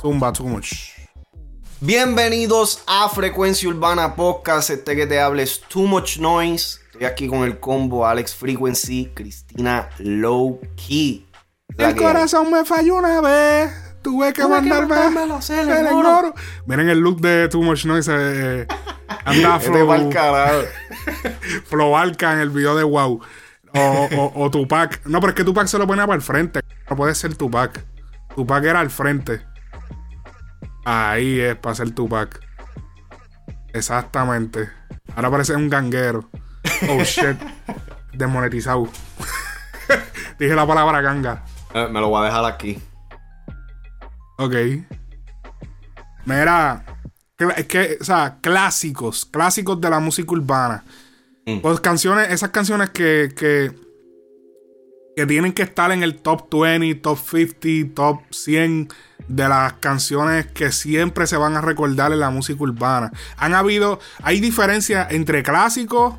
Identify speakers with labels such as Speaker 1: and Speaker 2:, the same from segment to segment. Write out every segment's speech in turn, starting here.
Speaker 1: Zumba too much.
Speaker 2: Bienvenidos a Frecuencia Urbana Podcast, este que te hables Too Much Noise. Estoy aquí con el combo Alex Frequency, Cristina Low Key. La
Speaker 1: El
Speaker 2: que-
Speaker 1: corazón me falló una vez. Tuve que mandarme.
Speaker 2: mandármelo, se le
Speaker 1: el
Speaker 2: moro.
Speaker 1: engoro. Miren el look de Too Much Noise. eh, anda
Speaker 2: Vete pa'l
Speaker 1: flow,
Speaker 2: carajo.
Speaker 1: flow Alca en el video de Wow. O, o, o Tupac. No, pero es que Tupac se lo pone para el frente. No puede ser Tupac. Tupac era al frente. Ahí es para ser Tupac. Exactamente. Ahora parece un ganguero. Oh shit. Desmonetizado. Dije la palabra ganga.
Speaker 2: Eh, me lo voy a dejar aquí.
Speaker 1: Ok. Mira, cl- es que, o sea, clásicos, clásicos de la música urbana.
Speaker 2: Mm.
Speaker 1: Pues canciones, esas canciones que, que, que tienen que estar en el top 20, top 50, top 100 de las canciones que siempre se van a recordar en la música urbana. Han habido, hay diferencia entre clásicos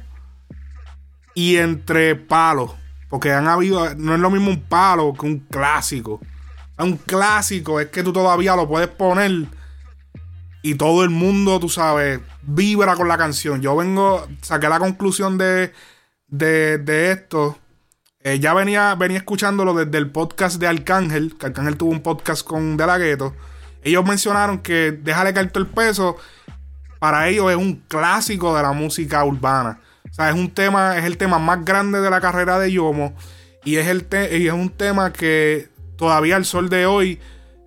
Speaker 1: y entre palos. Porque han habido, no es lo mismo un palo que un clásico. Un clásico es que tú todavía lo puedes poner y todo el mundo, tú sabes, vibra con la canción. Yo vengo, saqué la conclusión de, de, de esto. Eh, ya venía, venía escuchándolo desde el podcast de Arcángel, que Arcángel tuvo un podcast con De La Ghetto. Ellos mencionaron que Déjale caer todo el peso para ellos es un clásico de la música urbana. O sea, es un tema, es el tema más grande de la carrera de Yomo. Y es, el te- y es un tema que todavía al sol de hoy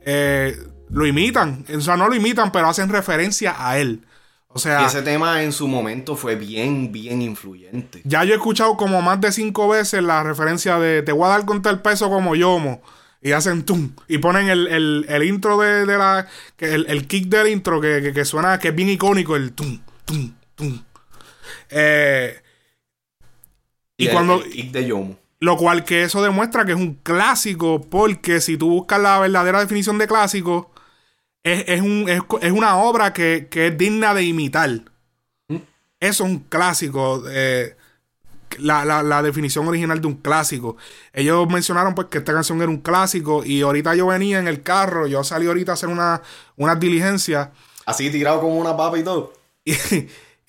Speaker 1: eh, lo imitan. O sea, no lo imitan, pero hacen referencia a él. O sea,
Speaker 2: Y ese tema en su momento fue bien, bien influyente.
Speaker 1: ya yo he escuchado como más de cinco veces la referencia de te voy a dar con tal peso como Yomo. Y hacen tum. Y ponen el, el- el intro de, de la. que El, el kick del intro que, que- que suena, que es bien icónico, el tum, tum, tum. Eh, Y
Speaker 2: el-
Speaker 1: cuando-
Speaker 2: el kick de Yomo.
Speaker 1: lo cual que eso demuestra que es un clásico, porque si tú buscas la verdadera definición de clásico, es, es un- es co- es una obra que, que es digna de imitar. Eso es un clásico. eh, la, la- la definición original de un clásico. Ellos mencionaron pues que esta canción era un clásico y ahorita yo venía en el carro, yo salí ahorita a hacer una, unas diligencias
Speaker 2: Así tirado como una papa y todo.
Speaker 1: y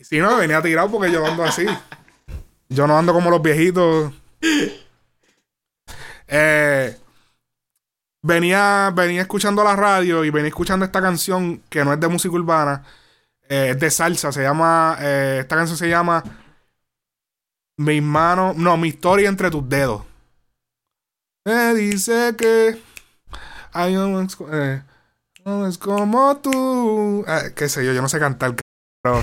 Speaker 1: si no, venía tirado porque yo ando así. Yo no ando como los viejitos. Eh, venía, venía escuchando la radio y venía escuchando esta canción que no es de música urbana. eh, es de salsa. Se llama. eh, esta canción se llama. Mis manos. No, mi historia entre tus dedos. Me dice que. Hay un. eh, no es como tú. Eh, qué sé yo, yo no sé cantar. Pero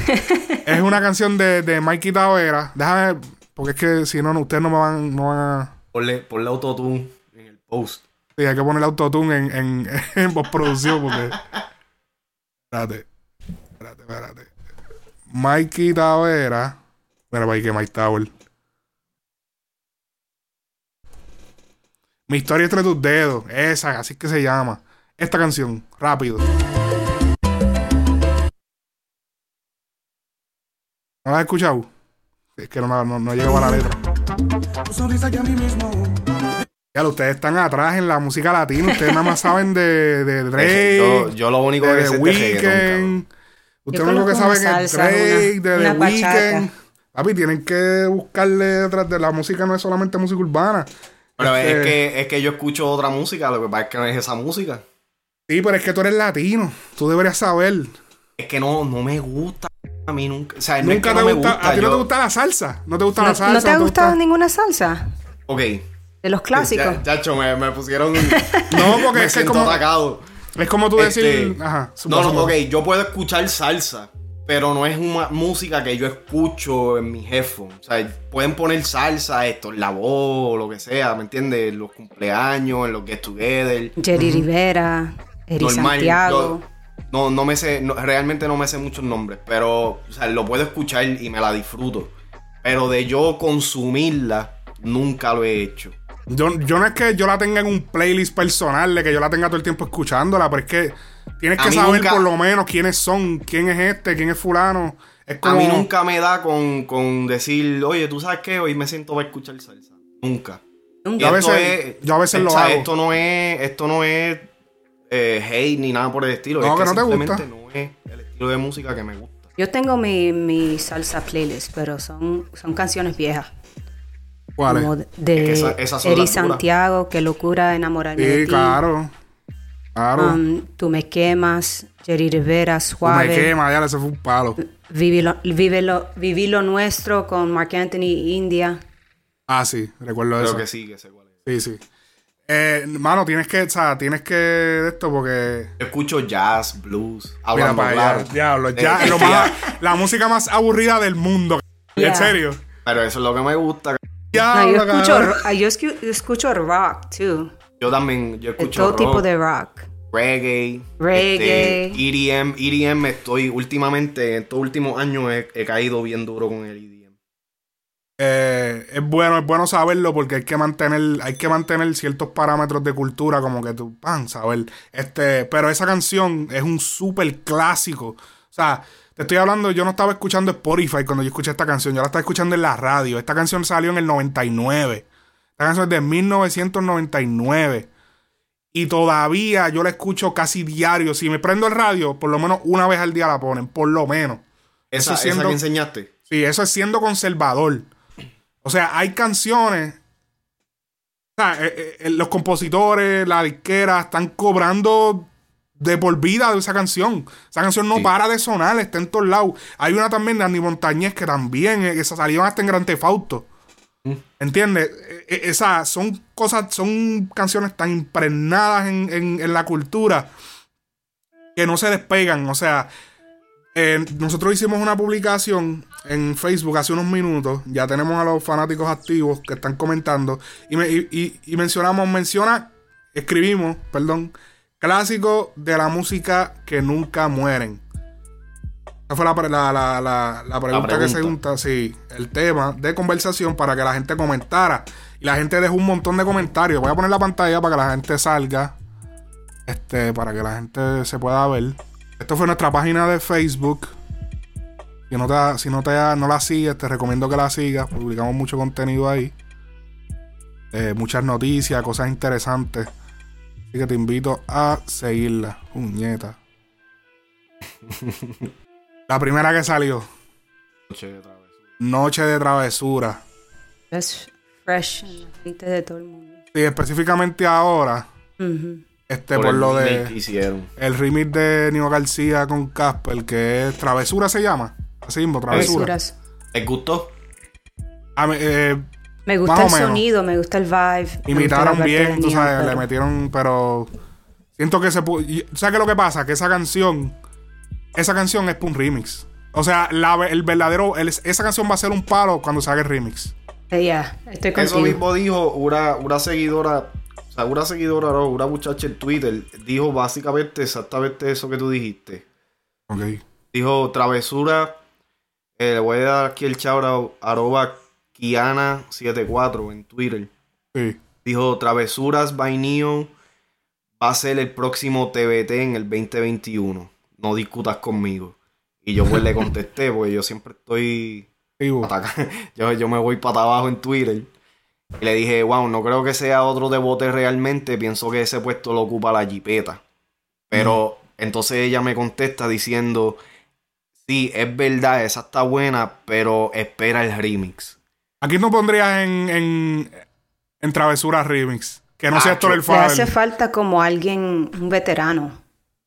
Speaker 1: es una canción de, de Mikey Tavera. Déjame, porque es que si no, no- ustedes no me van, no van a.
Speaker 2: Ponle, ponle autotune en el post.
Speaker 1: Sí, hay que poner autotune en, en, en postproducción porque. Espérate. Espérate, espérate. Mikey Tavera. Mira, para ahí que Mike Tower. Mi historia entre tus dedos. Esa, así es que se llama. Esta canción, rápido. ¿No la has escuchado? Es que no, no, no llego a la letra. Ya, ustedes están atrás en la música latina. Ustedes nada más saben de, de Drake,
Speaker 2: Yo, yo lo único que
Speaker 1: de
Speaker 2: sé
Speaker 1: The
Speaker 2: es de reggaetón, cabrón.
Speaker 1: Weeknd. Ustedes lo único
Speaker 3: conozco
Speaker 1: que
Speaker 3: una
Speaker 1: saben es
Speaker 3: salsa,
Speaker 1: Drake,
Speaker 3: una-
Speaker 1: de The
Speaker 3: una bachata.
Speaker 1: Weeknd. Papi, tienen que buscarle detrás de la música, no es solamente música urbana.
Speaker 2: Pero es,
Speaker 1: Este-
Speaker 2: que, es que yo escucho otra música, lo que pasa es que no es esa música.
Speaker 1: Sí, pero es que tú eres latino. Tú deberías saber.
Speaker 2: Es que no, no me gusta a mí nunca. O sea, no es
Speaker 1: Nunca
Speaker 2: que
Speaker 1: te
Speaker 2: no me
Speaker 1: gusta, A ti no
Speaker 2: yo-
Speaker 1: te gusta la salsa. No te gusta
Speaker 3: ¿No,
Speaker 1: la salsa.
Speaker 3: no te ha gustado ninguna salsa?
Speaker 2: Ok.
Speaker 3: De los clásicos.
Speaker 2: Ya- Chacho, me, me pusieron.
Speaker 1: No, porque
Speaker 2: me
Speaker 1: es que
Speaker 2: siento
Speaker 1: como-
Speaker 2: atacado.
Speaker 1: Es como tú
Speaker 2: Este,
Speaker 1: decir. Ajá.
Speaker 2: no,
Speaker 1: supongo,
Speaker 2: no,
Speaker 1: supongo.
Speaker 2: ok, yo puedo escuchar salsa, pero no es una música que yo escucho en mi headphone. O sea, pueden poner salsa, esto, la voz, lo que sea, ¿me entiendes? En Los cumpleaños, en los get together.
Speaker 3: Jerry Rivera, Eri
Speaker 2: eh, normal.
Speaker 3: Santiago.
Speaker 2: yo- no, no me sé, no- realmente no me sé muchos nombres, pero o sea, lo puedo escuchar y me la disfruto. Pero de yo consumirla, nunca lo he hecho.
Speaker 1: Yo, yo no es que yo la tenga en un playlist personal, de que yo la tenga todo el tiempo escuchándola, pero es que tienes
Speaker 2: A
Speaker 1: que
Speaker 2: mí
Speaker 1: saber
Speaker 2: nunca-
Speaker 1: por lo menos quiénes son, quién es este, quién es fulano. Es como,
Speaker 2: A mí nunca me da con, con decir, oye, ¿tú sabes qué? Hoy me siento para escuchar salsa. Nunca.
Speaker 1: Yo a
Speaker 2: esto
Speaker 1: veces- yo a veces lo
Speaker 2: o sea,
Speaker 1: hago.
Speaker 2: Esto no es, esto no es eh, hate ni nada por el estilo.
Speaker 1: No,
Speaker 2: es
Speaker 1: que no te
Speaker 2: simplemente
Speaker 1: gusta.
Speaker 2: no es el estilo de música que me gusta.
Speaker 3: Yo tengo mi, mi salsa playlist, pero son, son canciones viejas.
Speaker 1: ¿Cuál es?
Speaker 3: Como de
Speaker 2: Es que esa- esas son
Speaker 3: Eri
Speaker 2: las duras.
Speaker 3: Santiago, qué locura enamorarme de
Speaker 1: Sí,
Speaker 3: ti.
Speaker 1: claro. Claro.
Speaker 3: Um, tú me quemas, Jerry Rivera,
Speaker 1: Tú me
Speaker 3: Suave,
Speaker 1: quema, ya le se fue un palo.
Speaker 3: Viví lo, vive lo- Viví lo nuestro con Mark Anthony India.
Speaker 1: Ah, sí, recuerdo
Speaker 2: Creo
Speaker 1: eso.
Speaker 2: que sí, que sé cuál es.
Speaker 1: Sí, sí. Eh, mano, tienes que, o sea, tienes que esto porque.
Speaker 2: Yo escucho jazz, blues,
Speaker 1: Mira
Speaker 2: hablando
Speaker 1: para allá,
Speaker 2: claro.
Speaker 1: diablo.
Speaker 2: Eh,
Speaker 1: Ya, lo
Speaker 2: ya.
Speaker 1: más- la música más aburrida del mundo.
Speaker 3: Yeah.
Speaker 1: En serio.
Speaker 2: Pero eso es lo que me gusta.
Speaker 3: No,
Speaker 1: Diablo,
Speaker 3: yo, escucho,
Speaker 1: cabrón.
Speaker 3: ro- yo escu- yo escucho rock, too.
Speaker 2: Yo también, yo
Speaker 3: De
Speaker 2: escucho
Speaker 3: todo
Speaker 2: rock,
Speaker 3: tipo de rock.
Speaker 2: reggae,
Speaker 3: Reggae.
Speaker 2: este, EDM, EDM estoy últimamente, en estos últimos años he, he caído bien duro con el E EDM.
Speaker 1: Eh, es bueno, es bueno saberlo porque hay que mantener, hay que mantener ciertos parámetros de cultura, como que tú, pan, saber. Este, pero esa canción es un súper clásico. O sea, te estoy hablando, yo no estaba escuchando Spotify cuando yo escuché esta canción, yo la estaba escuchando en la radio. Esta canción salió en el 99. Esta canción es de 1999. Y todavía yo la escucho casi diario. Si me prendo el radio, por lo menos una vez al día la ponen, por lo menos.
Speaker 2: Esa,
Speaker 1: Eso siendo-
Speaker 2: esa que enseñaste.
Speaker 1: Sí, eso es siendo conservador. O sea, hay canciones. O sea, eh, eh, los compositores, la disquera, están cobrando de por vida de esa canción. Esa canción no
Speaker 2: Sí.
Speaker 1: para de sonar, está en todos lados. Hay una también de Andy Montañez que también, eh, que se salieron hasta en Gran Tefauto. ¿Entiendes? Eh, eh, Esas son cosas, son canciones tan impregnadas en, en- en la cultura que no se despegan. O sea, eh, nosotros hicimos una publicación en Facebook hace unos minutos. Ya tenemos a los fanáticos activos que están comentando. Y, me- y- y- y mencionamos, menciona, escribimos, perdón, clásico de la música que nunca mueren. Esa fue la, pre- la- la- la- la pregunta que se
Speaker 2: pregunta.
Speaker 1: junta, sí, el tema de conversación para que la gente comentara. Y la gente dejó un montón de comentarios. Voy a poner la pantalla para que la gente salga. Este, para que la gente se pueda ver. Esto fue nuestra página de Facebook. Si no, te, si no, te, no la sigues, te recomiendo que la sigas. Publicamos mucho contenido ahí. Eh, muchas noticias, cosas interesantes. Así que te invito a seguirla. Puñeta. la primera que salió.
Speaker 2: Noche de travesura.
Speaker 1: Noche de travesura.
Speaker 3: Es fresh en la mente de todo el mundo.
Speaker 1: Sí, específicamente ahora.
Speaker 3: Ujú.
Speaker 1: Este, por, lo
Speaker 2: el
Speaker 1: de.
Speaker 2: remake que hicieron.
Speaker 1: El remix de Nino García con Casper, que es Travesura se llama. Así mismo, Travesura.
Speaker 3: Travesuras.
Speaker 2: ¿Les gustó?
Speaker 1: A mí, eh,
Speaker 3: Me
Speaker 1: Más
Speaker 3: gusta
Speaker 1: o
Speaker 3: el
Speaker 1: menos.
Speaker 3: sonido, me gusta el vibe. me gusta la
Speaker 1: imitaron bien, tú
Speaker 3: batería,
Speaker 1: sabes,
Speaker 3: pero-
Speaker 1: le metieron, pero siento que se pu- y- ¿Sabes qué es lo que pasa? Que esa canción, esa canción es pa' un remix. O sea, la ve- el verdadero, el- esa canción va a ser un palo cuando se haga el remix.
Speaker 3: Eh, ya, estoy
Speaker 2: Eso
Speaker 3: contigo.
Speaker 2: mismo dijo una, una seguidora, o sea, una seguidora, no, una muchacha en Twitter, dijo básicamente exactamente eso que tú dijiste.
Speaker 1: Ok.
Speaker 2: Dijo travesura, eh, le voy a dar aquí el chabra arroba Kiana74 en Twitter.
Speaker 1: Sí.
Speaker 2: Dijo travesuras by Neo va a ser el próximo TBT en el 2021. No discutas conmigo. Y yo pues le contesté, porque yo siempre estoy
Speaker 1: Digo,
Speaker 2: ataca- Yo, yo me voy para abajo en Twitter. Y le dije, wow, no creo que sea otro de bote realmente. Pienso que ese puesto lo ocupa la jipeta. Pero entonces ella me contesta diciendo, sí, es verdad, esa está buena, pero espera el remix.
Speaker 1: Aquí no pondrías en, en, en Travesura remix. Que no sea
Speaker 2: Ah,
Speaker 1: esto el
Speaker 3: Le hace
Speaker 1: Fader.
Speaker 3: falta como alguien, un veterano.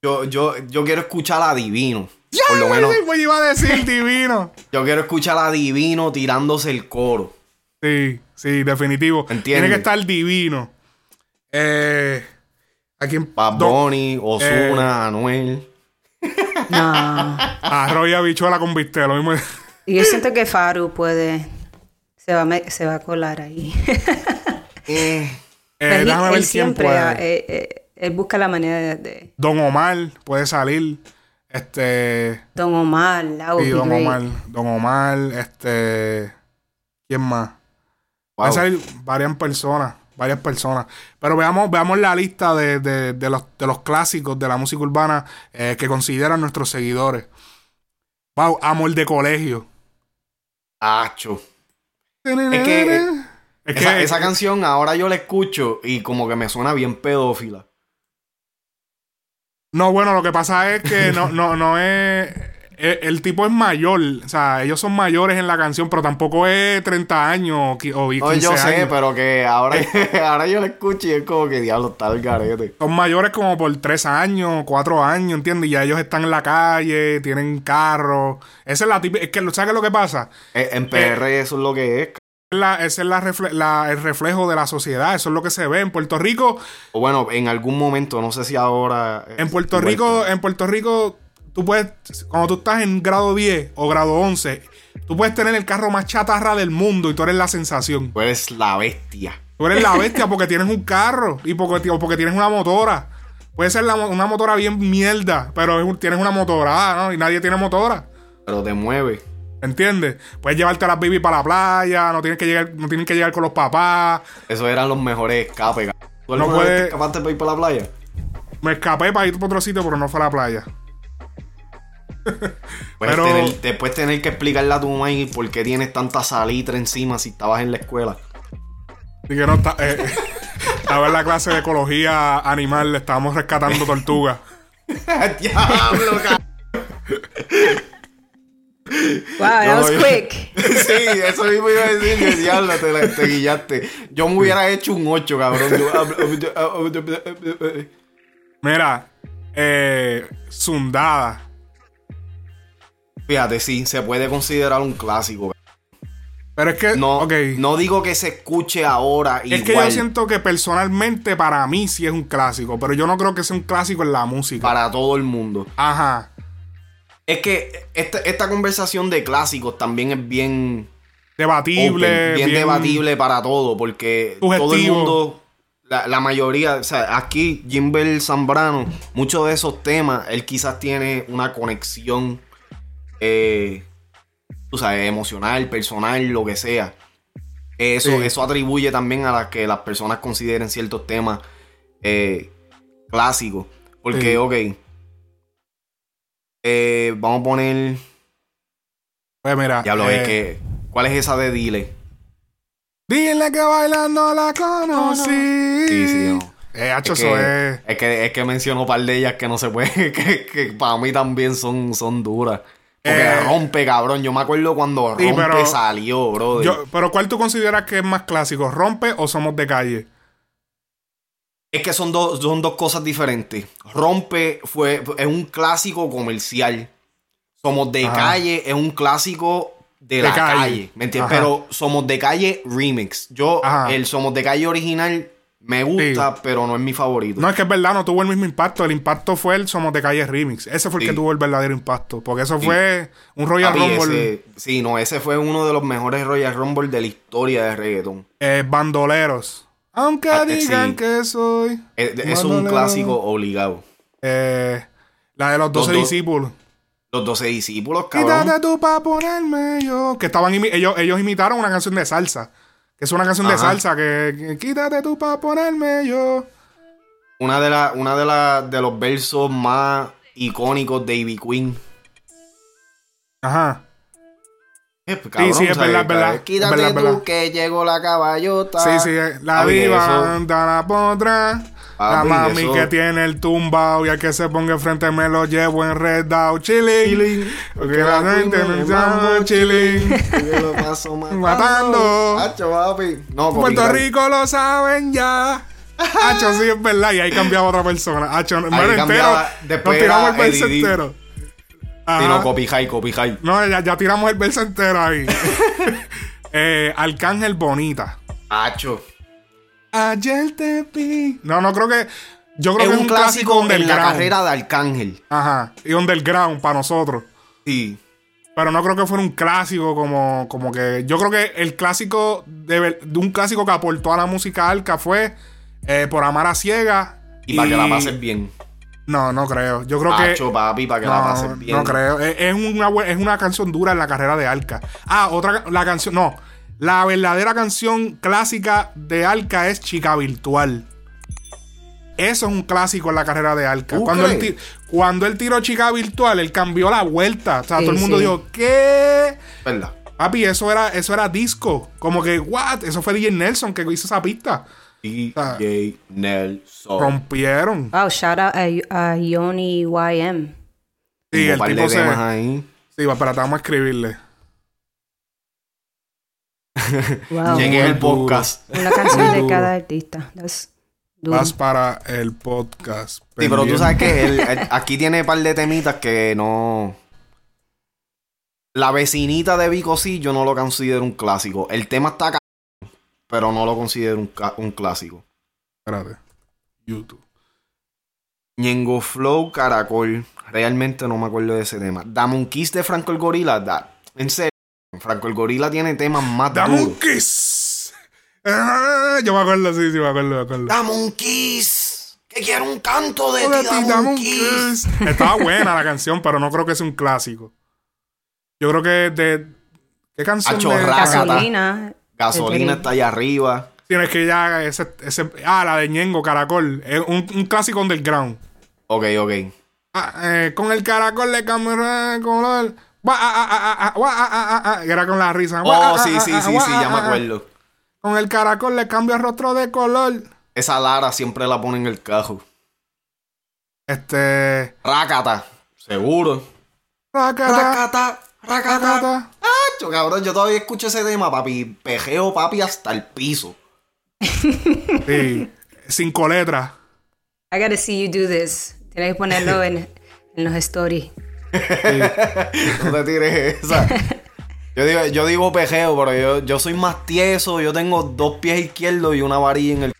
Speaker 2: Yo, yo, yo quiero escuchar a Divino. Por lo menos,
Speaker 1: Yo iba a decir divino.
Speaker 2: yo quiero escuchar a Divino tirándose el coro.
Speaker 1: Sí, sí, definitivo. Tiene
Speaker 2: Entiende.
Speaker 1: que estar divino. Eh, aquí en
Speaker 2: Bad Bunny,
Speaker 1: eh,
Speaker 2: Ozuna, Anuel.
Speaker 3: No.
Speaker 1: Arroz y habichuela con bistec, lo mismo. Eh,
Speaker 3: Y yo siento que Faru puede. Se va, a me- se va a colar ahí.
Speaker 2: Eh,
Speaker 1: Eh,
Speaker 3: Pues él,
Speaker 1: déjame ver
Speaker 3: él
Speaker 1: quién
Speaker 3: siempre.
Speaker 1: puede.
Speaker 3: ah, eh, eh, él busca la manera de. de-
Speaker 1: Don Omar puede salir. Este.
Speaker 3: Don Omar, Lau.
Speaker 1: Y Don Omar. Don Omar, este. ¿Quién más?
Speaker 2: wow.
Speaker 1: Van a salir varias personas. Varias personas. Pero veamos, veamos la lista de, de- de los, de los clásicos de la música urbana eh, que consideran nuestros seguidores. Wow, amor de colegio.
Speaker 2: Acho. Es que, eh,
Speaker 1: Es
Speaker 2: esa,
Speaker 1: que
Speaker 2: esa canción ahora yo la escucho y como que me suena bien pedófila.
Speaker 1: No, bueno, lo que pasa es que no, no, no es. El, el tipo es mayor, o sea, ellos son mayores en la canción, pero tampoco es 30 años o qui- o 15
Speaker 2: No, yo sé,
Speaker 1: años. Eh.
Speaker 2: pero que ahora, ahora yo la escucho y es como que diablo está el garete.
Speaker 1: Son mayores como por 3 años, 4 años, ¿entiendes? Y ya ellos están en la calle, tienen carro. Esa es la típica. Es que, ¿sabes qué es lo que pasa?
Speaker 2: Eh, En PR eso es lo que es. c-
Speaker 1: La- ese es la refle- la- el reflejo de la sociedad, eso es lo que se ve. En Puerto Rico,
Speaker 2: O bueno, en algún momento, no sé si ahora. eh,
Speaker 1: en Puerto
Speaker 2: vuelta.
Speaker 1: Rico, en Puerto Rico, tú puedes, cuando tú estás en grado 10 o grado 11, tú puedes tener el carro más chatarra del mundo y tú eres la sensación.
Speaker 2: Tú eres la bestia.
Speaker 1: Tú eres la bestia porque tienes un carro y porque, o porque tienes una motora. Puede ser la mo- una motora bien mierda, pero es un- tienes una motora, ah, ¿no? Y nadie tiene motora.
Speaker 2: Pero te mueve.
Speaker 1: ¿Entiendes? Puedes llevarte a las baby para la playa, no tienes que llegar, no tienen que llegar con los papás.
Speaker 2: Esos eran los mejores escapes. c- ¿Tú
Speaker 1: No
Speaker 2: alguna vez
Speaker 1: puede-
Speaker 2: te escapaste para ir para la playa?
Speaker 1: Me escapé para ir para otro sitio, pero no fue a la playa.
Speaker 2: Puedes
Speaker 1: Pero-
Speaker 2: tener- después tener que explicarle a tu mãe por qué tienes tanta salitra encima si estabas en la escuela.
Speaker 1: Así que no está. eh, estaba en la clase de ecología animal, le estábamos rescatando tortugas.
Speaker 2: ¡Diablo, cabrón!
Speaker 3: Wow, that
Speaker 2: No,
Speaker 3: was
Speaker 2: yo-
Speaker 3: quick.
Speaker 2: Sí, eso mismo iba a decir, que diablo, te, la- te guillaste. Yo me hubiera hecho un 8, cabrón. Yo-
Speaker 1: Mira, eh, Zundada.
Speaker 2: Fíjate, sí, se puede considerar un clásico. cabrón.
Speaker 1: Pero es que.
Speaker 2: No,
Speaker 1: ok.
Speaker 2: no digo que se escuche ahora
Speaker 1: Es que
Speaker 2: igual.
Speaker 1: yo siento que personalmente para mí sí es un clásico, pero yo no creo que sea un clásico en la música.
Speaker 2: Para todo el mundo.
Speaker 1: Ajá.
Speaker 2: Es que esta, esta conversación de clásicos también es bien...
Speaker 1: Debatible.
Speaker 2: open, bien, debatible para todo, porque todo el
Speaker 1: Subjetivo.
Speaker 2: mundo, la, la mayoría, o sea, aquí Jimbel Zambrano, muchos de esos temas, él quizás tiene una conexión, eh, tú sabes, emocional, personal, lo que sea. Eso,
Speaker 1: Sí.
Speaker 2: eso atribuye también a la que las personas consideren ciertos temas eh, clásicos. Porque,
Speaker 1: Sí.
Speaker 2: ok, eh, vamos a poner...
Speaker 1: Pues mira.
Speaker 2: Diablo,
Speaker 1: eh,
Speaker 2: es que... ¿Cuál es esa de Dile?
Speaker 1: Dile que bailando la conocí.
Speaker 2: Sí, sí, no.
Speaker 1: Eh, hacho,
Speaker 2: Es
Speaker 1: eso
Speaker 2: que,
Speaker 1: es.
Speaker 2: es que, es que mencionó un par de ellas que no se puede, que, que para mí también son, son duras. Porque
Speaker 1: Eh.
Speaker 2: rompe, cabrón. Yo me acuerdo cuando
Speaker 1: Sí,
Speaker 2: rompe
Speaker 1: pero-
Speaker 2: salió, brother.
Speaker 1: Yo- pero ¿cuál tú consideras que es más clásico? ¿Rompe o somos de calle?
Speaker 2: Es que son dos, son dos cosas diferentes. Rompe fue, es un clásico comercial. Somos de
Speaker 1: Ajá.
Speaker 2: calle, es un clásico de,
Speaker 1: De
Speaker 2: la calle.
Speaker 1: calle.
Speaker 2: ¿Me entiendes?
Speaker 1: Ajá.
Speaker 2: Pero Somos de calle remix. Yo,
Speaker 1: Ajá.
Speaker 2: el Somos de calle original me gusta, pero no es mi favorito.
Speaker 1: No, es que es verdad, no tuvo el mismo impacto. El impacto fue el Somos de Calle Remix. Ese fue el
Speaker 2: Sí.
Speaker 1: que tuvo el verdadero impacto. Porque eso
Speaker 2: Sí.
Speaker 1: fue un Royal
Speaker 2: Papi,
Speaker 1: Rumble
Speaker 2: ese- sí, no, ese fue uno de los mejores Royal Rumble de la historia de reggaeton.
Speaker 1: eh, bandoleros. Aunque
Speaker 2: Ah, eh,
Speaker 1: digan
Speaker 2: sí.
Speaker 1: que soy.
Speaker 2: Eh, de- Eso es un
Speaker 1: Mándale.
Speaker 2: clásico obligado.
Speaker 1: Eh, la de los 12
Speaker 2: dos.
Speaker 1: discípulos.
Speaker 2: Los 12 discípulos, cabrón.
Speaker 1: Quítate tú pa' ponerme yo. Que estaban imi- ellos, ellos imitaron una canción de salsa. Que es una canción de
Speaker 2: Ajá.
Speaker 1: salsa que, que quítate tú pa' ponerme yo.
Speaker 2: Una de las una de, la- de los versos más icónicos de Ivy Queen.
Speaker 1: Ajá.
Speaker 2: Eh, pues, cabrón,
Speaker 1: sí, es
Speaker 2: ¿sabes?
Speaker 1: verdad, es verdad,
Speaker 2: Quítate
Speaker 1: es verdad, es
Speaker 2: tú
Speaker 1: verdad.
Speaker 2: que llegó la caballota.
Speaker 1: Sí, sí, eh, la
Speaker 2: Papi, Ah, eso-
Speaker 1: diva anda la potra. La
Speaker 2: Papi,
Speaker 1: mami
Speaker 2: eso-
Speaker 1: que tiene el tumbao y al que se ponga enfrente me lo llevo en red down chilling.
Speaker 2: Chilling.
Speaker 1: Porque la gente
Speaker 2: me
Speaker 1: me
Speaker 2: mambo,
Speaker 1: llama chilling.
Speaker 2: Yo lo paso matando.
Speaker 1: Matando.
Speaker 2: Hacho, papi. No,
Speaker 1: Puerto
Speaker 2: copyright.
Speaker 1: Rico lo saben ya. Hacho, sí, es verdad. Y ahí cambiaba otra persona. Hacho, hermano entero.
Speaker 2: cambiaba, después
Speaker 1: Nos tiramos el
Speaker 2: era
Speaker 1: verso
Speaker 2: ADD.
Speaker 1: entero. Ajá.
Speaker 2: Sí, no, copyright, copyright.
Speaker 1: No, ya, ya tiramos el verso entero ahí. eh, Arcángel Bonita.
Speaker 2: Hacho.
Speaker 1: Ayer te vi. No, no creo que. Yo creo
Speaker 2: Es
Speaker 1: que
Speaker 2: un, clásico, en la
Speaker 1: underground.
Speaker 2: carrera de Arcángel.
Speaker 1: Ajá. Y underground para nosotros.
Speaker 2: Sí.
Speaker 1: Pero no creo que fuera un clásico como, como que. Yo creo que el clásico de, ver- de un clásico que aportó a la música alca fue eh, por amar a ciega.
Speaker 2: Y, para que la pases bien.
Speaker 1: No, no creo. Yo creo
Speaker 2: Hacho,
Speaker 1: que.
Speaker 2: papi, para que la
Speaker 1: No,
Speaker 2: pases bien.
Speaker 1: no creo. Es, es una, bu- es una canción dura en la carrera de Alca. Ah, otra. ca- La canción. No. La verdadera canción clásica de Alca es Chica Virtual. Eso es un clásico en la carrera de Alca.
Speaker 2: ¿Tú
Speaker 1: Cuando él,
Speaker 2: crees?
Speaker 1: ti- cuando él tiró Chica Virtual, él cambió la vuelta. O sea,
Speaker 3: Sí,
Speaker 1: todo el mundo
Speaker 3: sí.
Speaker 1: dijo, ¿qué?
Speaker 2: ¿Verdad?
Speaker 1: Papi, eso era, eso era disco. Como que, what? Eso fue DJ Nelson que hizo esa pista.
Speaker 2: DJ Nelson.
Speaker 1: Rompieron.
Speaker 3: Wow, shout out a, a Yoni YM.
Speaker 1: Sí,
Speaker 2: Hubo
Speaker 1: el
Speaker 2: par de
Speaker 1: tipo se.
Speaker 2: temas ahí.
Speaker 1: Sí, va, espérate, vamos a escribirle.
Speaker 3: Wow.
Speaker 1: Llegué.
Speaker 2: Llegué el
Speaker 1: duro.
Speaker 2: podcast.
Speaker 3: Una canción de
Speaker 1: Duro.
Speaker 3: cada artista. That's duro.
Speaker 1: Vas para el podcast.
Speaker 2: Sí, pero tú
Speaker 1: Pendiente.
Speaker 2: sabes que el- el- aquí tiene un par de temitas que no. La vecinita de Vico sí, yo no lo considero un clásico. El tema está acá, pero no lo considero un, ca- un clásico.
Speaker 1: Espérate. YouTube.
Speaker 2: Ñengo Flow Caracol. Realmente no me acuerdo de ese tema. Dame un kiss de Franco el Gorila. da- En serio. Franco el Gorila tiene temas más
Speaker 1: ¡Dame un
Speaker 2: duros.
Speaker 1: kiss! Ah, yo me acuerdo, sí, sí, me acuerdo, me acuerdo.
Speaker 2: Dame un kiss. Que quiero un canto de
Speaker 1: Hola,
Speaker 2: ti. Dame, un kiss.
Speaker 1: kiss. Estaba buena la canción, pero no creo que sea un clásico. Yo creo que de. ¿Qué canción?
Speaker 2: Acho,
Speaker 1: de-
Speaker 2: raca.
Speaker 3: Gasolina.
Speaker 2: Gasolina está allá arriba.
Speaker 1: Tienes que ya. Ese, ese- ah, la de Ñengo, Caracol. Es un, un clásico underground.
Speaker 2: Ok, ok.
Speaker 1: Ah, eh, con el caracol le cambió el color. Gua, ah, ah, ah, ah, ah, gua, ah, ah, ah, ah. Era con la risa. Gua, ah,
Speaker 2: Oh,
Speaker 1: ah,
Speaker 2: sí,
Speaker 1: ah,
Speaker 2: sí,
Speaker 1: ah,
Speaker 2: sí,
Speaker 1: gua,
Speaker 2: sí,
Speaker 1: ah,
Speaker 2: ya me
Speaker 1: ah, ah.
Speaker 2: acuerdo.
Speaker 1: Con el caracol le cambio el rostro de color.
Speaker 2: Esa Lara siempre la pone en el cajo.
Speaker 1: Este.
Speaker 2: Rácata. Seguro.
Speaker 1: Racata,
Speaker 2: Rácata, rácata.
Speaker 1: racata.
Speaker 2: Acho, cabrón, yo todavía escucho ese tema, papi. Pejeo, papi, hasta el piso.
Speaker 1: Sí. Cinco letras.
Speaker 3: I gotta see you do this. Tienes que ponerlo en, en los stories.
Speaker 2: No te tires esa. Yo digo, yo digo pejeo, pero yo, yo soy más tieso. Yo tengo dos pies izquierdos y una varilla en el.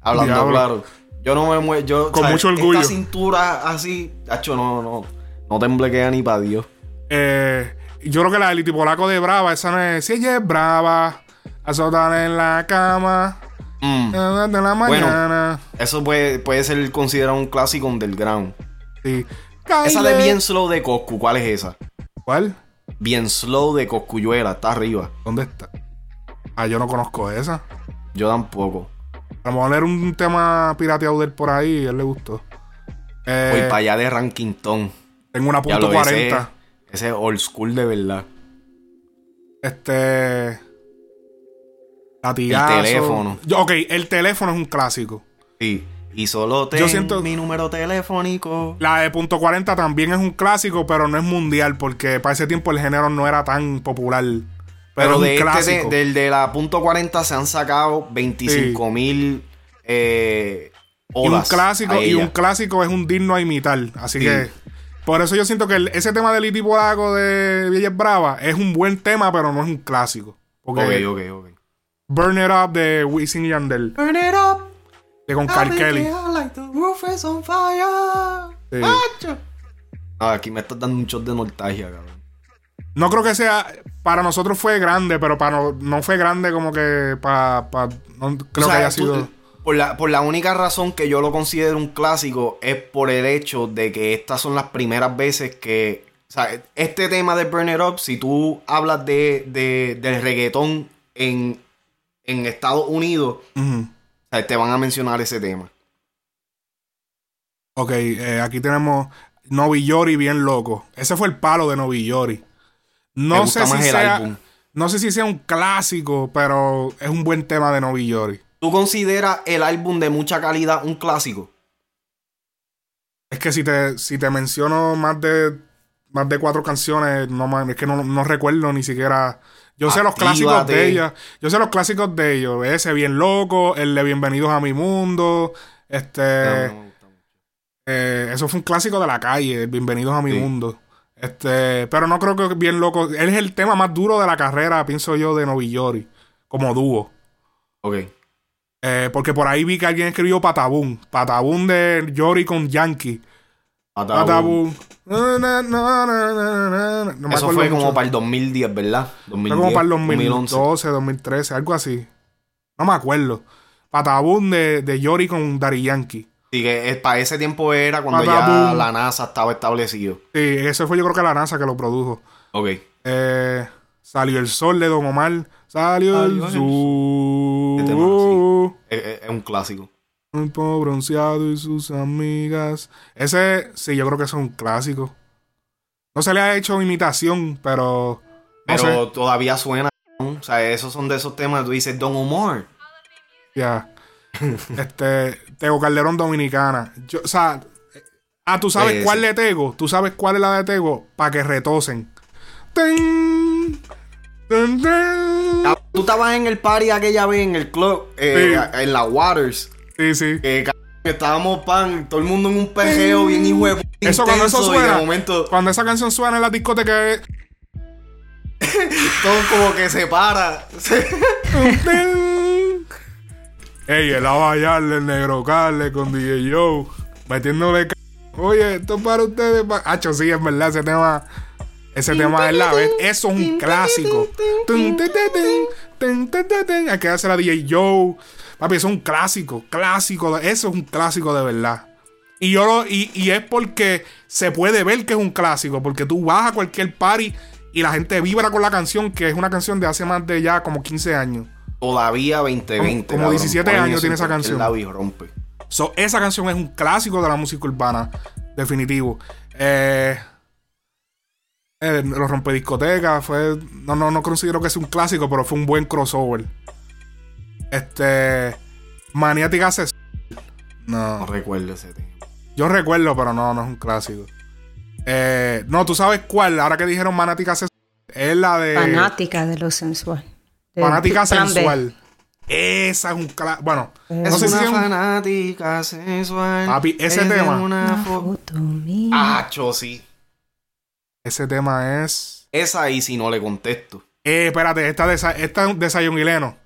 Speaker 2: Hablando
Speaker 1: Diablo.
Speaker 2: claro. Yo no me muevo. Yo,
Speaker 1: Con mucho orgullo.
Speaker 2: Esta cintura así. Acho, no, no. No temblequea ni para Dios.
Speaker 1: Eh, yo creo que la del itipolaco de Brava, esa no es. Si ella es brava, azótala en la cama.
Speaker 2: Mm.
Speaker 1: eh, De la mañana.
Speaker 2: Eso puede, puede ser considerado un clásico underground.
Speaker 1: Sí.
Speaker 2: Esa
Speaker 1: Caile.
Speaker 2: de Bien Slow de Coscu, ¿cuál es esa?
Speaker 1: ¿Cuál?
Speaker 2: Bien Slow de Coscuyuela, está arriba.
Speaker 1: ¿Dónde está? Ah, yo no conozco esa.
Speaker 2: Yo tampoco.
Speaker 1: A lo mejor era un tema pirateado de él por ahí y a él le gustó. Eh,
Speaker 2: Voy para allá de Rankington.
Speaker 1: tengo una
Speaker 2: Ya
Speaker 1: punto
Speaker 2: lo ese,
Speaker 1: 40.
Speaker 2: ese es old school de verdad.
Speaker 1: Este. Latigazo.
Speaker 2: El teléfono.
Speaker 1: Yo- ok, el teléfono es un clásico.
Speaker 2: Sí. Y solo tengo
Speaker 1: Yo siento-
Speaker 2: mi número telefónico.
Speaker 1: La de punto 40 también es un clásico, pero no es mundial, porque para ese tiempo el género no era tan popular. Pero,
Speaker 2: Pero
Speaker 1: es un
Speaker 2: de este,
Speaker 1: clásico.
Speaker 2: de- del de la punto .40 se han sacado 25 mil eh,
Speaker 1: y un
Speaker 2: odas
Speaker 1: clásico,
Speaker 2: a
Speaker 1: y
Speaker 2: ella.
Speaker 1: un clásico es un digno a imitar. Así
Speaker 2: Sí.
Speaker 1: que. Por eso yo siento que el- ese tema del Itipolaco de Villa Brava es un buen tema, pero no es un clásico. Porque
Speaker 2: Ok, ok, ok.
Speaker 1: Burn It Up de Wisin y Yandel,
Speaker 2: Burn it up.
Speaker 1: de con Carl
Speaker 2: I'll
Speaker 1: Kelly.
Speaker 2: make it out like the roof is on fire.
Speaker 1: Sí.
Speaker 2: Macho. Ah, aquí me estás dando un shot de nostalgia, cabrón.
Speaker 1: No creo que sea. Para nosotros fue grande, pero para no, no fue grande como que para. no creo
Speaker 2: O sea,
Speaker 1: que haya
Speaker 2: tú-
Speaker 1: sido.
Speaker 2: Por la, por la única razón que yo lo considero un clásico es por el hecho de que estas son las primeras veces que. O sea, este tema de Burn It Up, si tú hablas de, de- del reggaetón en, en Estados Unidos,
Speaker 1: Ujú.
Speaker 2: o sea, te van a mencionar ese tema.
Speaker 1: Ok, eh, aquí tenemos Novillori bien loco. Ese fue el palo de Novillori.
Speaker 2: Me
Speaker 1: No
Speaker 2: gusta
Speaker 1: sé si
Speaker 2: más el
Speaker 1: sea.
Speaker 2: álbum.
Speaker 1: No sé si sea un clásico, pero es un buen tema de Novillori.
Speaker 2: ¿Tú consideras el álbum de mucha calidad un clásico?
Speaker 1: Es que si te, si te menciono más de más de cuatro canciones, no ma- es que no, no recuerdo ni siquiera. Yo sé los clásicos de
Speaker 2: Actívate.
Speaker 1: ella. Yo sé los clásicos de ellos. Ese bien loco, el de Bienvenidos a mi mundo. Este.
Speaker 2: No, no me gusta mucho.
Speaker 1: eh, eso fue un clásico de la calle, el Bienvenidos a mi
Speaker 2: Sí.
Speaker 1: mundo. Este, pero no creo que bien loco. Él es el tema más duro de la carrera, pienso yo, de Novillori, como dúo.
Speaker 2: Ok.
Speaker 1: Eh, porque por ahí vi que alguien escribió Patabún. Patabún de Yori con Yankee.
Speaker 2: Ataúd.
Speaker 1: Patabum. Na, na, na, na, na, na, na. No me
Speaker 2: Eso
Speaker 1: acuerdo
Speaker 2: fue como
Speaker 1: mucho.
Speaker 2: para el 2010, ¿verdad? 2010,
Speaker 1: Fue como para el
Speaker 2: 2011.
Speaker 1: 2012, 2013, algo así. No me acuerdo. Patabún de, de Yori con Dari Yankee.
Speaker 2: Así que eh, para ese tiempo era cuando ya
Speaker 1: Patabum.
Speaker 2: la NASA estaba establecido.
Speaker 1: Sí, ese fue yo creo que la NASA que lo produjo.
Speaker 2: Ok.
Speaker 1: Eh, salió el sol de Don Omar. Salió,
Speaker 2: Salió
Speaker 1: el
Speaker 2: el
Speaker 1: sol.
Speaker 2: Qué tema, sí. Es, eh, es- es un clásico.
Speaker 1: Un pobre bronceado y sus amigas. Ese, sí, yo creo que ese es un clásico. No se le ha hecho imitación, pero No
Speaker 2: Pero
Speaker 1: sé.
Speaker 2: todavía suena. ¿no? O sea, esos son de esos temas. Tú dices Don Omar.
Speaker 1: Ya. este, Tego Calderón Dominicana. Yo, o sea, ah, tú sabes
Speaker 2: Sí,
Speaker 1: cuál
Speaker 2: sí.
Speaker 1: de Tego, tú sabes cuál es la de Tego, para que retosen. Tin, tin, tin.
Speaker 2: Ah, Tú estabas en el party aquella vez en el club, eh,
Speaker 1: Sí.
Speaker 2: en la Waters.
Speaker 1: Sí, sí.
Speaker 2: Que cabrón, que estábamos pan, todo el mundo en un pejeo bien hijo de puta
Speaker 1: Eso cuando eso
Speaker 2: intenso, y
Speaker 1: suena,
Speaker 2: de momento
Speaker 1: cuando esa canción suena en la discoteca es-
Speaker 2: todo como que se para.
Speaker 1: Tin. Ey, el Abayarle, el Negro Carle con DJ Joe, metiéndole. ca- Oye, esto es para ustedes. pa- Acho, sí, es verdad, ese tema. Ese tema es la vez. Eso es un clásico. Tun, tin, tin, tin, tin, tin, tin, tin. Hay que hacer la DJ Joe. Papi, eso es un clásico. Clásico. de- Eso es un clásico de verdad. Y yo lo- y, y es porque se puede ver que es un clásico. Porque tú vas a cualquier party y la gente vibra con la canción, que es una canción de hace más de ya como 15 años.
Speaker 2: Todavía 2020.
Speaker 1: Como- como
Speaker 2: cabrón.
Speaker 1: 17
Speaker 2: Ponen
Speaker 1: años
Speaker 2: eso en
Speaker 1: tiene esa
Speaker 2: cualquier
Speaker 1: canción.
Speaker 2: lado y rompe.
Speaker 1: So, esa canción es un clásico de la música urbana, definitivo. Eh, eh, lo rompe discoteca, fue. No, no, no considero que sea un clásico, pero fue un buen crossover. Este. Maniática se.
Speaker 2: No
Speaker 1: No.
Speaker 2: recuerdo ese tema.
Speaker 1: Yo recuerdo, pero no, no es un clásico. Eh, no, tú sabes cuál, ahora que dijeron Maniática se. Es la de.
Speaker 3: Fanática de lo sensual. De
Speaker 1: Fanática
Speaker 3: Plan B.
Speaker 1: sensual. Esa es un clásico. Bueno, no
Speaker 3: Es
Speaker 1: sé si es un-
Speaker 2: fanática sensual.
Speaker 1: Papi, ese es de tema.
Speaker 3: Una foto mía.
Speaker 2: Ah, cho, sí.
Speaker 1: Ese tema es.
Speaker 2: Esa ahí si no le contesto.
Speaker 1: Eh, espérate, esta de, Sa- esta de Zion Guileno.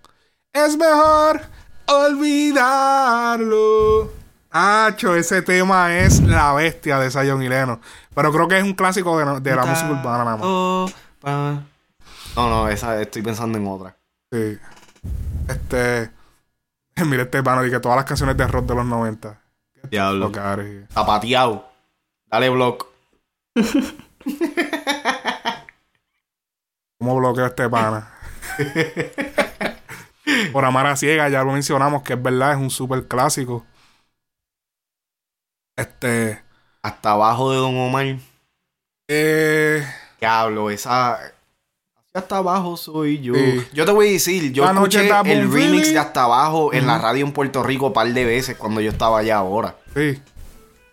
Speaker 1: Es mejor olvidarlo. Acho, ese tema es la bestia de Zion Guileno. Pero creo que es un clásico de, no- de la música urbana nada más.
Speaker 2: más. No, no, esa estoy pensando en otra.
Speaker 1: Sí. Este. Mira este pano, y que todas las canciones de rock de los 90.
Speaker 2: Diablo.
Speaker 1: Lo que ahora es-
Speaker 2: Zapateado. Dale block.
Speaker 1: ¿Cómo bloqueo a este pana? Por amar a ciega, ya lo mencionamos, que es verdad, es un super clásico. Este.
Speaker 2: Hasta abajo de Don Omar.
Speaker 1: Eh.
Speaker 2: Diablo, esa. Hasta abajo soy yo.
Speaker 1: Sí.
Speaker 2: Yo te voy a decir, yo
Speaker 1: La noche
Speaker 2: escuché
Speaker 1: está muy
Speaker 2: el remix
Speaker 1: feliz.
Speaker 2: de Hasta abajo en la radio en Puerto Rico un par de veces cuando yo estaba allá ahora.
Speaker 1: Sí.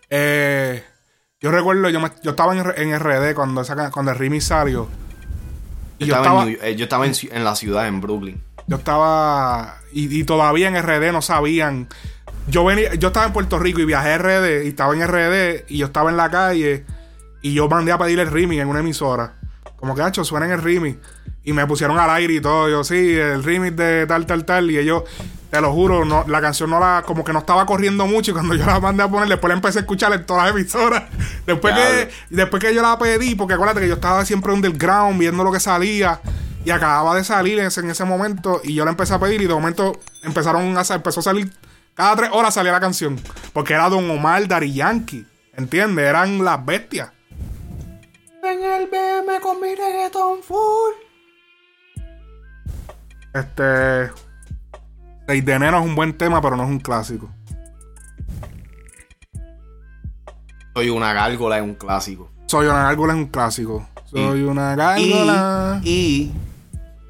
Speaker 1: Eh, yo recuerdo, yo, me- yo estaba en, R- en RD cuando, esa ca- cuando el remix salió. Y
Speaker 2: Yo,
Speaker 1: yo
Speaker 2: estaba,
Speaker 1: estaba,
Speaker 2: en, New- eh, yo estaba en ci- en la ciudad, en Brooklyn.
Speaker 1: yo estaba y, y todavía en RD no sabían. Yo venía, yo estaba en Puerto Rico y viajé a RD y estaba en RD y yo estaba en la calle y yo mandé a pedir el remix en una emisora. Como que, hacho, suena en el remix. Y me pusieron al aire y todo. Yo, sí, el remix de tal, tal, tal. Y ellos, te lo juro, no, la canción no la, como que no estaba corriendo mucho. Y cuando yo la mandé a poner, después la empecé a escuchar en todas las emisoras. Después, que,
Speaker 2: Diablo.
Speaker 1: después que yo la pedí, porque acuérdate que yo estaba siempre underground, viendo lo que salía. Y acababa de salir en ese, en ese momento. Y yo la empecé a pedir. Y de momento empezaron a, sa- empezó a salir. Cada tres horas salía la canción. Porque era Don Omar, Dari Yankee. ¿Entiendes? Eran las bestias.
Speaker 2: En el BM con mi reggaeton full.
Speaker 1: Este. 6 de enero es un buen tema, pero no es un clásico.
Speaker 2: Soy una gárgola, es un clásico.
Speaker 1: Soy una gárgola es un clásico. Soy una gárgola.
Speaker 2: Y, y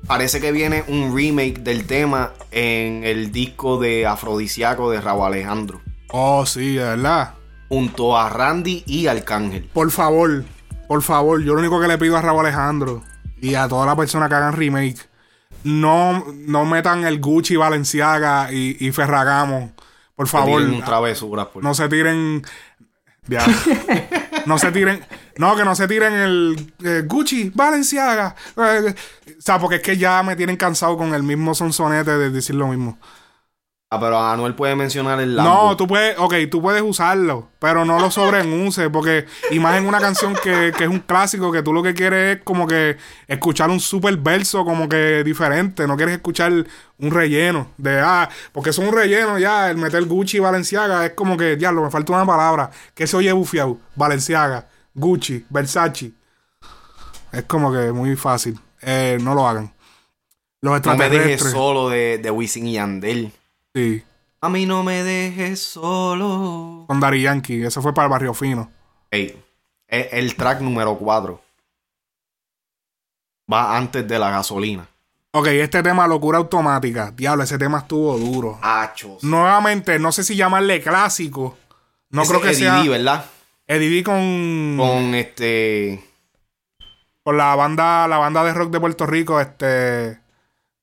Speaker 2: parece que viene un remake del tema en el disco de Afrodisiaco de Raúl Alejandro.
Speaker 1: Oh, sí, de verdad.
Speaker 2: Junto a Randy y Arcángel.
Speaker 1: Por favor, por favor, yo lo único que le pido a Raúl Alejandro y a toda la persona que hagan remake, no, no metan el Gucci, Valenciaga y, y Ferragamo. Por favor, ah,
Speaker 2: Tienen un travesura por
Speaker 1: no se tiren. Ya. no se tiren. No, que no se tiren el eh, Gucci, Valenciaga. eh, o sea, porque es que ya me tienen cansado con el mismo sonsonete de decir lo mismo.
Speaker 2: Ah, pero Anuel puede mencionar el Lambo.
Speaker 1: No, tú puedes, ok, tú puedes usarlo, pero no lo sobreuse, porque y más en una canción que, que es un clásico, que tú lo que quieres es como que escuchar un super verso como que diferente, no quieres escuchar un relleno de, ah, porque es un relleno ya, el meter Gucci y Valenciaga es como que, diablo, me falta una palabra, que se oye bufiado, Valenciaga, Gucci, Versace, es como que muy fácil, Eh, no lo hagan. Los
Speaker 2: No me dejes
Speaker 1: extraterrestres,
Speaker 2: solo de, de Wisin y Andel.
Speaker 1: sí,
Speaker 2: A mí no me dejes solo.
Speaker 1: con Dari Yankee, eso fue para el Barrio Fino.
Speaker 2: Ey, e- el, track número 4. va antes de la gasolina.
Speaker 1: Ok, este tema locura automática. Diablo, ese tema estuvo duro.
Speaker 2: Achos.
Speaker 1: Nuevamente, no sé si llamarle clásico. No
Speaker 2: Ese
Speaker 1: creo que
Speaker 2: Eddie
Speaker 1: sea.
Speaker 2: D, ¿verdad?
Speaker 1: Eddie D con, con...
Speaker 2: Con este.
Speaker 1: la banda, la banda de rock de Puerto Rico, este.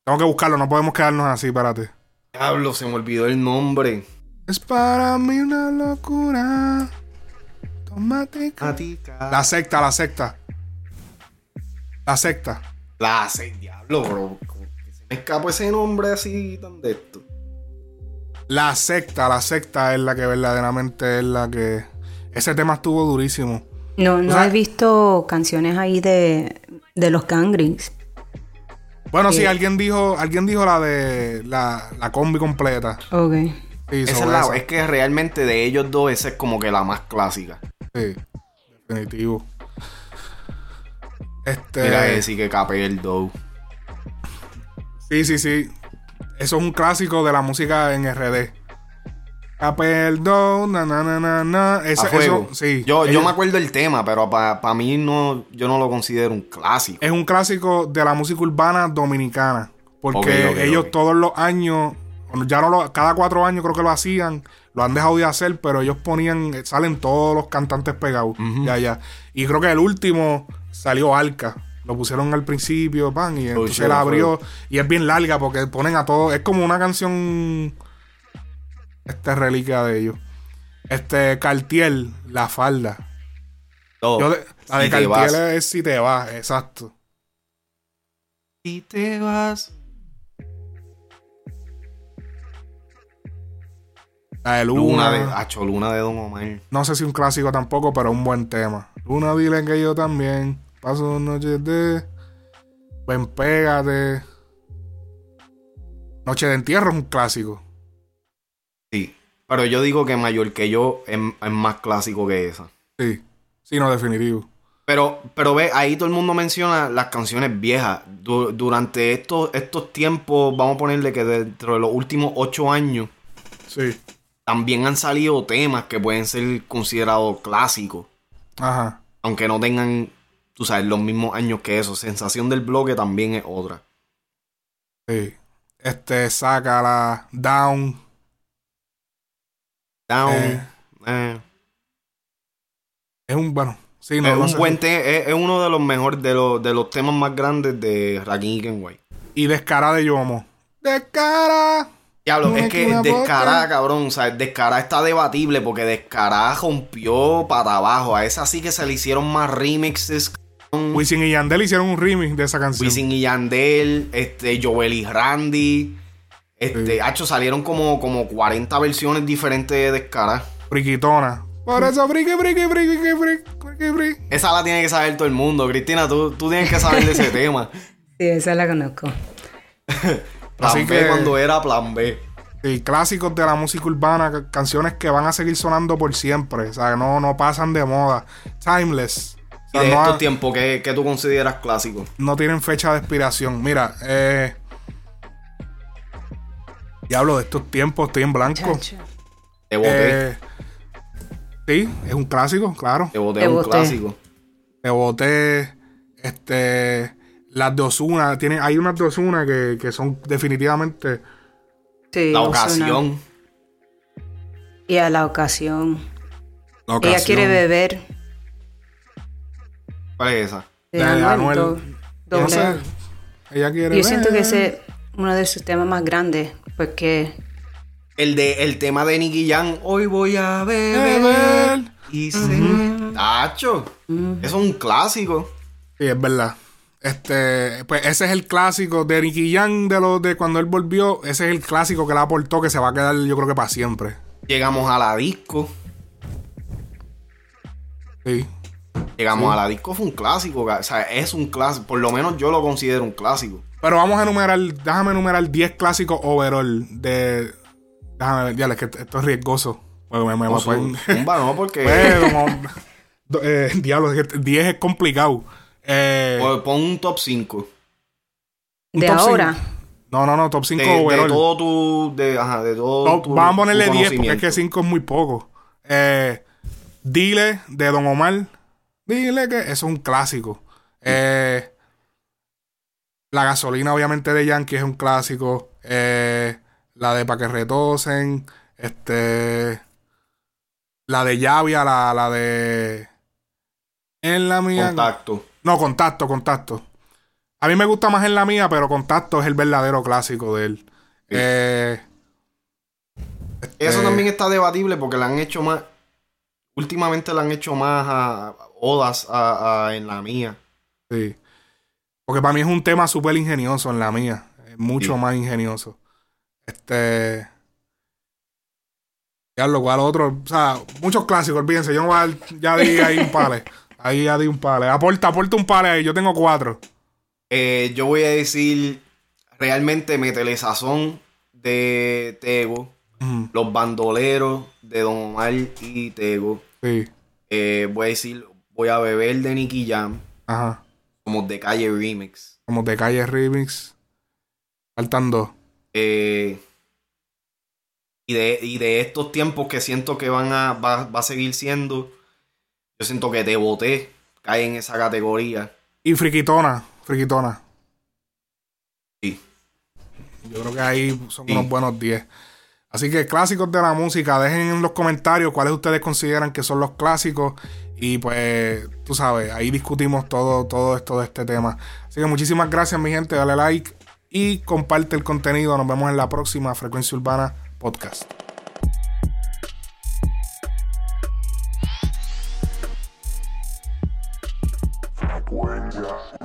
Speaker 1: Tengo que buscarlo, no podemos quedarnos así, espérate.
Speaker 2: Diablo, se me olvidó el nombre.
Speaker 1: Es para mí una locura. Automática. La
Speaker 2: La,
Speaker 1: secta, la secta. La secta.
Speaker 2: la se- diablo, bro. Como que Se me escapó ese nombre así tan de esto.
Speaker 1: La secta, la secta es la que verdaderamente es la que. Ese tema estuvo durísimo.
Speaker 3: No, no
Speaker 1: sea-
Speaker 3: he visto canciones ahí de, de los gangrings.
Speaker 1: Bueno,
Speaker 2: Eh,
Speaker 1: sí, alguien dijo, alguien dijo la de la, la combi completa.
Speaker 3: Ok.
Speaker 1: Sí,
Speaker 2: Esa
Speaker 1: sobre
Speaker 2: es, la-
Speaker 1: esa.
Speaker 2: es que realmente de ellos dos, esa es como que la más clásica.
Speaker 1: Sí, definitivo. Este.
Speaker 2: Mira, decir que capé el dough.
Speaker 1: Sí, sí, sí. Eso es un clásico de la música en RD. A perdón, na na na na na. Eso,
Speaker 2: a fuego.
Speaker 1: eso- sí.
Speaker 2: yo, yo
Speaker 1: Ellos-
Speaker 2: me acuerdo el tema, pero para mí no, yo no lo considero un clásico.
Speaker 1: Es un clásico de la música urbana dominicana. Porque
Speaker 2: Ok, ok,
Speaker 1: ellos
Speaker 2: ok.
Speaker 1: todos los años, bueno, ya no lo- cada cuatro años creo que lo hacían, lo han dejado de hacer, pero ellos ponían, eh, salen todos los cantantes pegados de allá. Y creo que el último salió Arca. Lo pusieron al principio, pan, y entonces
Speaker 2: shit,
Speaker 1: la
Speaker 2: fue.
Speaker 1: abrió. Y es bien larga porque ponen a todos. Es como una canción. Esta reliquia de ellos. Este, Cartier, La Falda.
Speaker 2: No,
Speaker 1: Yo de- la de
Speaker 2: Oh, si te vas.
Speaker 1: Cartier es Si Te Vas, exacto.
Speaker 2: Si te vas.
Speaker 1: La de
Speaker 2: Luna
Speaker 1: Luna.
Speaker 2: de. Acho, Luna de Don Omar.
Speaker 1: No sé si un clásico tampoco, pero un buen tema. Luna, dile que yo también. Paso noches de. Ven, pégate. Noche de entierro es un clásico.
Speaker 2: Sí. Pero yo digo que mayor que yo es, es más clásico que esa.
Speaker 1: Sí. Sí, no, definitivo.
Speaker 2: Pero, pero ve, ahí todo el mundo menciona las canciones viejas. Du- durante estos, estos tiempos, vamos a ponerle que dentro de los últimos ocho años,
Speaker 1: Sí.
Speaker 2: también han salido temas que pueden ser considerados clásicos.
Speaker 1: Ajá.
Speaker 2: Aunque no tengan, tú sabes, los mismos años que eso. Sensación del bloque también es otra.
Speaker 1: Sí. Este, sácala. Down.
Speaker 2: Down.
Speaker 1: Eh.
Speaker 2: eh.
Speaker 1: Es un. Bueno. Sí, no,
Speaker 2: es,
Speaker 1: no
Speaker 2: un
Speaker 1: sé.
Speaker 2: buen te- es, es uno de los mejores, de los, de los temas más grandes de Rakim y Kenway.
Speaker 1: Y Descara de Yomo. Descara.
Speaker 2: Diablo,
Speaker 1: No
Speaker 2: es
Speaker 1: me
Speaker 2: que
Speaker 1: queda
Speaker 2: Descará,
Speaker 1: boca.
Speaker 2: cabrón, o sea, Descará está debatible porque Descará rompió para abajo. A esa sí que se le hicieron más remixes. cabrón.
Speaker 1: Wisin y Yandel hicieron un remix de esa canción.
Speaker 2: Wisin y Yandel, este, Joel y Randy. Este,
Speaker 1: Sí.
Speaker 2: hacho, salieron como, como 40 versiones diferentes de Descará.
Speaker 1: Friquitona. Por eso, friki, friki, friki, friki, friki, friki.
Speaker 2: Esa la tiene que saber todo el mundo. Cristina, tú, tú tienes que saber de ese tema.
Speaker 3: Sí, esa la conozco.
Speaker 2: Plan
Speaker 1: Así
Speaker 2: B
Speaker 1: que-
Speaker 2: cuando era plan B.
Speaker 1: Sí, clásicos de la música urbana, ca- canciones que van a seguir sonando por siempre, o sea, no, no pasan de moda, timeless, O
Speaker 2: Y
Speaker 1: sea,
Speaker 2: de
Speaker 1: no,
Speaker 2: estos
Speaker 1: ha-
Speaker 2: tiempos, ¿qué, qué tú consideras clásico?
Speaker 1: no tienen fecha de expiración. Mira, eh, diablo, de estos tiempos estoy en blanco.
Speaker 3: Chacho.
Speaker 2: Te boté.
Speaker 1: Eh, sí, es un clásico, claro.
Speaker 2: te boté
Speaker 3: te
Speaker 2: un
Speaker 3: boté.
Speaker 2: clásico.
Speaker 1: Te boté, este, las de Ozuna, tienen, hay unas de Ozuna que, que son definitivamente,
Speaker 3: Sí,
Speaker 2: La
Speaker 3: Ozuna.
Speaker 2: ocasión.
Speaker 3: Y a la ocasión.
Speaker 1: la
Speaker 3: Ella quiere
Speaker 1: ocasión.
Speaker 3: beber.
Speaker 2: ¿Cuál es esa?
Speaker 3: de
Speaker 1: De
Speaker 3: Anuel,
Speaker 1: Anuel.
Speaker 3: do-
Speaker 1: Yo no
Speaker 3: doble
Speaker 1: sé,
Speaker 3: A.
Speaker 1: ella quiere
Speaker 3: Yo siento que
Speaker 1: ver.
Speaker 3: ese es uno de sus temas más grandes, porque
Speaker 2: El de el tema de Nicky Jam, hoy voy a beber.
Speaker 1: Beber.
Speaker 2: Y se. Tacho. Eso es un clásico.
Speaker 1: Sí, es verdad. Este, pues ese es el clásico de Nicky Jam de los de cuando él volvió. Ese es el clásico que le aportó que se va a quedar, yo creo que para siempre.
Speaker 2: Llegamos a la disco.
Speaker 1: Sí.
Speaker 2: Llegamos a la disco, fue un clásico. ga- O sea, es un clásico. Por lo menos yo lo considero un clásico.
Speaker 1: Pero vamos a enumerar, déjame enumerar 10 clásicos overall de. Déjame ver, ya, es que esto es riesgoso. Porque me, me- me
Speaker 2: No,
Speaker 1: pueden-
Speaker 2: zumba, no, porque.
Speaker 1: Pues, como- do- eh, diablo, es que 10 es complicado. Eh,
Speaker 2: Pues, Pon un top 5.
Speaker 1: un
Speaker 3: de
Speaker 1: top cinco.
Speaker 3: ahora.
Speaker 1: No, no, no, top 5
Speaker 2: De, de
Speaker 1: overall.
Speaker 2: todo tu. De, ajá, de todo
Speaker 1: Top-
Speaker 2: tu-
Speaker 1: vamos a ponerle
Speaker 2: tu
Speaker 1: 10 porque es
Speaker 2: conocimiento.
Speaker 1: que 5 es muy poco. Eh, Dile de Don Omar. Dile que eso es un clásico. Eh, La gasolina, obviamente, de Yankee es un clásico. Eh, la de Pa' que retosen. Este. La de Llavia, la, la de. En la mía.
Speaker 2: Contacto.
Speaker 1: No, contacto, contacto. A mí me gusta más en la mía, pero contacto es el verdadero clásico de él. Eh, este,
Speaker 2: Eso también está debatible porque la han hecho más. Últimamente la han hecho más a, a- odas a- a- en la mía.
Speaker 1: sí. Porque para mí es un tema súper ingenioso en la mía. Es mucho
Speaker 2: Sí.
Speaker 1: más ingenioso. Este. Ya lo cual otro. O sea, muchos clásicos, olvídense. Yo no voy a dar- ya di ahí un pale. Ahí ya di un pale. Aporta, aporta un pale ahí. Yo tengo cuatro.
Speaker 2: Eh, yo voy a decir realmente Metelesazón de Tego,
Speaker 1: Ujú,
Speaker 2: Los Bandoleros de Don Omar y Tego.
Speaker 1: Sí.
Speaker 2: Eh, voy a decir, voy a beber de Nicky Jam,
Speaker 1: Ajá.
Speaker 2: como de calle remix.
Speaker 1: Como de calle remix. Faltan dos.
Speaker 2: Eh, y, de, y de estos tiempos que siento que van a, va, va a seguir siendo, yo siento que te boté, cae en esa categoría.
Speaker 1: Y friquitona. Friquitona.
Speaker 2: Sí.
Speaker 1: Yo creo que ahí son
Speaker 2: Sí.
Speaker 1: unos buenos 10. Así que clásicos de la música, dejen en los comentarios cuáles ustedes consideran que son los clásicos. Y pues, tú sabes, ahí discutimos todo, todo esto de este tema. Así que muchísimas gracias, mi gente. Dale like y comparte el contenido. Nos vemos en la próxima Frecuencia Urbana Podcast.
Speaker 4: Frecuencia